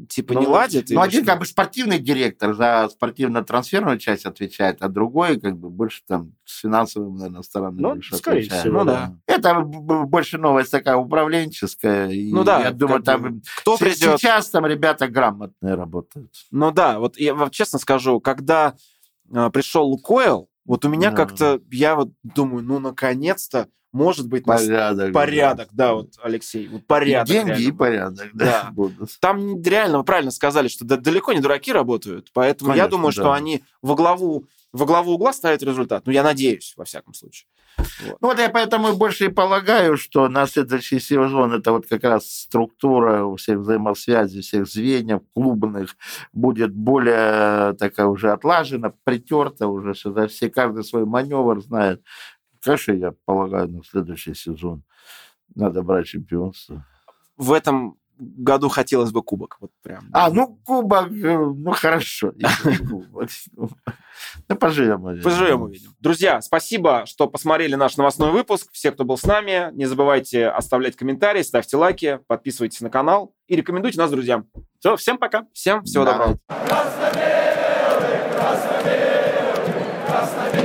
[SPEAKER 2] типа ну, не ладят?
[SPEAKER 3] Ну, один что? как бы спортивный директор за спортивно-трансферную часть отвечает, а другой как бы больше там с финансовым, наверное, стороны.
[SPEAKER 1] Ну,
[SPEAKER 3] больше
[SPEAKER 1] скорее
[SPEAKER 3] отвечает.
[SPEAKER 1] всего, ну, да.
[SPEAKER 3] Это больше новость такая управленческая. И
[SPEAKER 2] ну да.
[SPEAKER 3] Я думаю, там...
[SPEAKER 2] Кто придет?
[SPEAKER 3] Сейчас там ребята грамотные работают.
[SPEAKER 2] Ну да, вот я вам честно скажу, когда пришел Лукойл, вот у меня да. как-то, я вот думаю, ну, наконец-то, может быть,
[SPEAKER 3] порядок.
[SPEAKER 2] Нас... Порядок, да. да, вот, Алексей, вот порядок.
[SPEAKER 3] И деньги реально. и порядок, да. да.
[SPEAKER 2] Будут. Там реально, вы правильно сказали, что да, далеко не дураки работают, поэтому Конечно, я думаю, да. что они во главу, во главу угла ставят результат. Ну, я надеюсь, во всяком случае.
[SPEAKER 3] Вот. Ну, вот я поэтому больше и полагаю, что на следующий сезон это вот как раз структура всех взаимосвязей, всех звеньев клубных будет более такая уже отлажена, притерта уже сюда. Все, каждый свой маневр знает. Конечно, я полагаю, на следующий сезон надо брать чемпионство.
[SPEAKER 2] В этом году хотелось бы кубок. Вот прям.
[SPEAKER 3] А, ну, кубок, ну, хорошо. Ну, поживем увидим.
[SPEAKER 2] Поживем увидим. Друзья, спасибо, что посмотрели наш новостной выпуск. Все, кто был с нами, не забывайте оставлять комментарии, ставьте лайки, подписывайтесь на канал и рекомендуйте нас друзьям.
[SPEAKER 1] Все, всем пока.
[SPEAKER 2] Всем всего доброго.
[SPEAKER 4] Красно-белый, красно-белый, красно-белый.